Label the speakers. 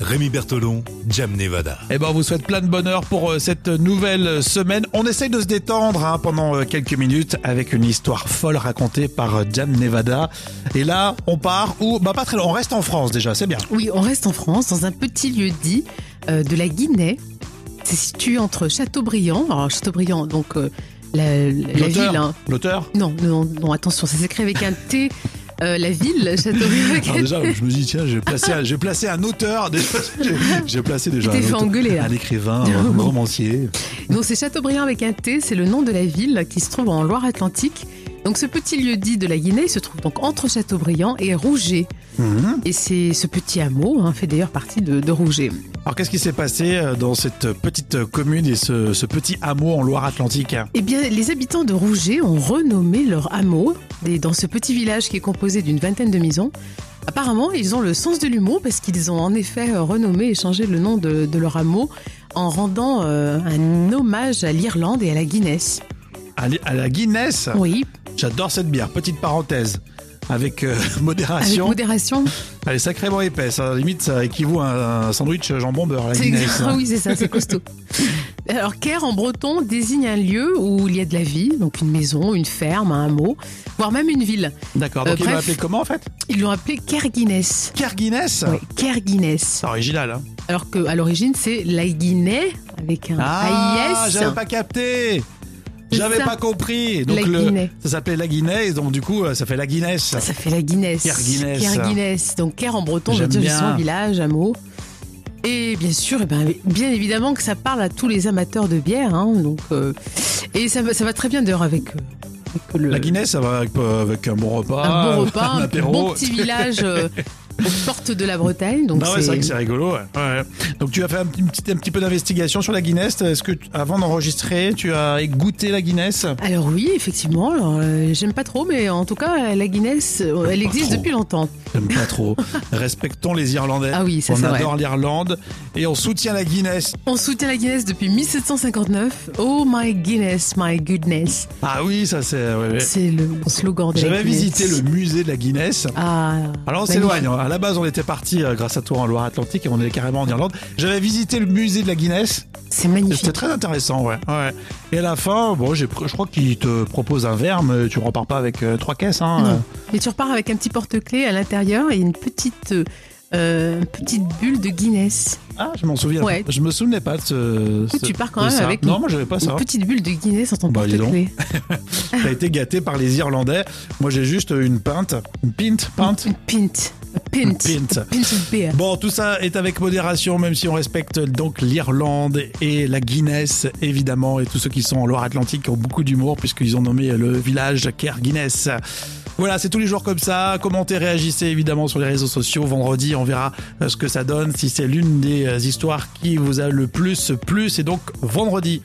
Speaker 1: Rémi Bertolon, Jam Nevada.
Speaker 2: Eh ben, on vous souhaite plein de bonheur pour euh, cette nouvelle semaine. On essaye de se détendre hein, pendant euh, quelques minutes avec une histoire folle racontée par euh, Jam Nevada. Et là, on part où Bah pas très loin. On reste en France déjà, c'est bien.
Speaker 3: Oui, on reste en France, dans un petit lieu dit euh, de la Guinée. C'est situé entre Châteaubriand, alors Châteaubriand, donc euh, la, la- la
Speaker 2: L'auteur.
Speaker 3: ville. hein.
Speaker 2: L'auteur.
Speaker 3: Non, non, non, attention, ça s'écrit avec un T. Euh, la ville, Châteaubriand. avec
Speaker 2: Alors
Speaker 3: un
Speaker 2: Ah, déjà, je me dis tiens, j'ai placé, un- j'ai placé un auteur. déjà. J'ai- J'ai placé déjà.
Speaker 3: t'es
Speaker 2: un
Speaker 3: fait
Speaker 2: auteur.
Speaker 3: engueuler, hein. là.
Speaker 2: Un écrivain, un romancier.
Speaker 3: Donc c'est Châteaubriand avec un T, c'est le nom de la ville qui se trouve en Loire-Atlantique. Donc ce petit lieu-dit de la Guinée se trouve donc entre Châteaubriand et Rouget.
Speaker 2: Mhm.
Speaker 3: Et c'est ce petit hameau hein, fait d'ailleurs partie de, de Rouget.
Speaker 2: Alors qu'est-ce qui s'est passé euh, dans cette petite commune et ce, ce petit hameau en Loire-Atlantique hein
Speaker 3: Eh bien, les habitants de Rouget ont renommé leur hameau et dans ce petit village qui est composé d'une vingtaine de maisons. Apparemment, ils ont le sens de l'humour parce qu'ils ont en effet euh, renommé et changé le nom de, de leur hameau en rendant euh, un hommage à l'Irlande et à la Guinness.
Speaker 2: à, li- à la Guinness.
Speaker 3: Oui,
Speaker 2: J'adore cette bière. Petite parenthèse. Avec euh,
Speaker 3: avec
Speaker 2: modération.
Speaker 3: modération.
Speaker 2: Elle est sacrément épaisse. hein. Limite, ça équivaut à un sandwich euh, jambon beurre. La
Speaker 3: C'est
Speaker 2: Guinness. hein.
Speaker 3: oui, c'est ça, c'est costaud. Alors, Caire en breton désigne un lieu où il y a de la vie, donc une maison, une ferme, un hameau, voire même une ville.
Speaker 2: D'accord. Donc
Speaker 3: Euh,
Speaker 2: ils l'ont
Speaker 3: bref.
Speaker 2: appelé comment en fait
Speaker 3: Ils l'ont appelé Caire Guinness.
Speaker 2: Ker Guinness.
Speaker 3: Ouais, Caire Guinness.
Speaker 2: C'est original. Hein.
Speaker 3: Alors qu'à l'origine, c'est la Guinée avec un
Speaker 2: Ah,
Speaker 3: AIS.
Speaker 2: j'avais pas capté.
Speaker 3: C'est
Speaker 2: J'avais
Speaker 3: ça.
Speaker 2: pas compris. Donc
Speaker 3: La
Speaker 2: le-
Speaker 3: Guinée.
Speaker 2: ça s'appelait la Guinée. Et donc du coup, euh, ça fait la Guinness.
Speaker 3: Ça fait la Guinness.
Speaker 2: Caire Guinness.
Speaker 3: Caire Guinness. Donc Caire en breton, je
Speaker 2: J'aime
Speaker 3: dire
Speaker 2: bien.
Speaker 3: justement village, hameau. Et bien sûr, eh ben, bien évidemment que ça parle à tous les amateurs de bière. hein, donc, euh, et ça, va- ça va très bien d'ailleurs avec, euh, avec le,
Speaker 2: La Guinness, ça va avec, euh, avec un bon repas.
Speaker 3: un bon repas,
Speaker 2: un
Speaker 3: un
Speaker 2: apéro.
Speaker 3: bon petit village euh, aux portes de la Bretagne. Donc
Speaker 2: Bah ouais, c'est vrai que c'est rigolo. ouais. Ouais. Donc tu as fait un, petit- petit- un petit peu d'investigation sur la Guinness. Est-ce que tu- avant d'enregistrer, tu as goûté la Guinness
Speaker 3: alors oui, effectivement, alors, euh, j'aime pas trop, mais en tout cas, la Guinness, euh, elle
Speaker 2: Pas
Speaker 3: existe
Speaker 2: trop.
Speaker 3: depuis longtemps.
Speaker 2: J'aime pas trop. Respectons les Irlandais.
Speaker 3: Ah oui, ça,
Speaker 2: On
Speaker 3: c'est vrai.
Speaker 2: adore l'Irlande et on soutient la Guinness.
Speaker 3: On soutient la Guinness depuis 1759. Oh my Guinness, my goodness.
Speaker 2: Ah oui, ça c'est. ouais, ouais.
Speaker 3: C'est le slogan de la
Speaker 2: J'avais
Speaker 3: Guinness.
Speaker 2: visité le musée de la Guinness.
Speaker 3: Ah,
Speaker 2: Alors on
Speaker 3: magnifique.
Speaker 2: s'éloigne. hein. À la base, on était parti euh, grâce à toi en Loire-Atlantique et on est carrément en Irlande. J'avais visité le musée de la Guinness.
Speaker 3: C'est
Speaker 2: Et C'était
Speaker 3: magnifique.
Speaker 2: très intéressant, ouais. ouais. Et à la fin, bon, j'ai pr- je crois qu'ils te proposent un verre, mais tu repars pas avec euh, trois caisses. Hein.
Speaker 3: Non. Mais tu repars avec un petit porte-clés à l'intérieur et une petite, euh, euh, une petite bulle de Guinness.
Speaker 2: Ah, je m'en souviens.
Speaker 3: Ouais.
Speaker 2: Je me souvenais pas de ce.
Speaker 3: Tu
Speaker 2: ce-
Speaker 3: pars quand
Speaker 2: de
Speaker 3: même
Speaker 2: ça.
Speaker 3: avec
Speaker 2: Non,
Speaker 3: une-
Speaker 2: moi j'avais pas ça.
Speaker 3: Une petite bulle de Guinness dans ton
Speaker 2: Bah, dis donc.
Speaker 3: porte-clés.
Speaker 2: T'as été gâté par les Irlandais. Moi j'ai juste une pinte. Une pinte Pinte
Speaker 3: Une pinte. A pint.
Speaker 2: Une pint.
Speaker 3: A pint of beer.
Speaker 2: Bon, tout ça est avec modération, même si on respecte donc l'Irlande et la Guinness, évidemment, et tous ceux qui sont en Loire-Atlantique ont beaucoup d'humour, puisqu'ils ont nommé le village Caire Guinness. Voilà, c'est tous les jours comme ça. Commentez, réagissez évidemment sur les réseaux sociaux. Vendredi, on verra euh, ce que ça donne, si c'est l'une des euh, histoires qui vous a le plus plu. C'est donc vendredi.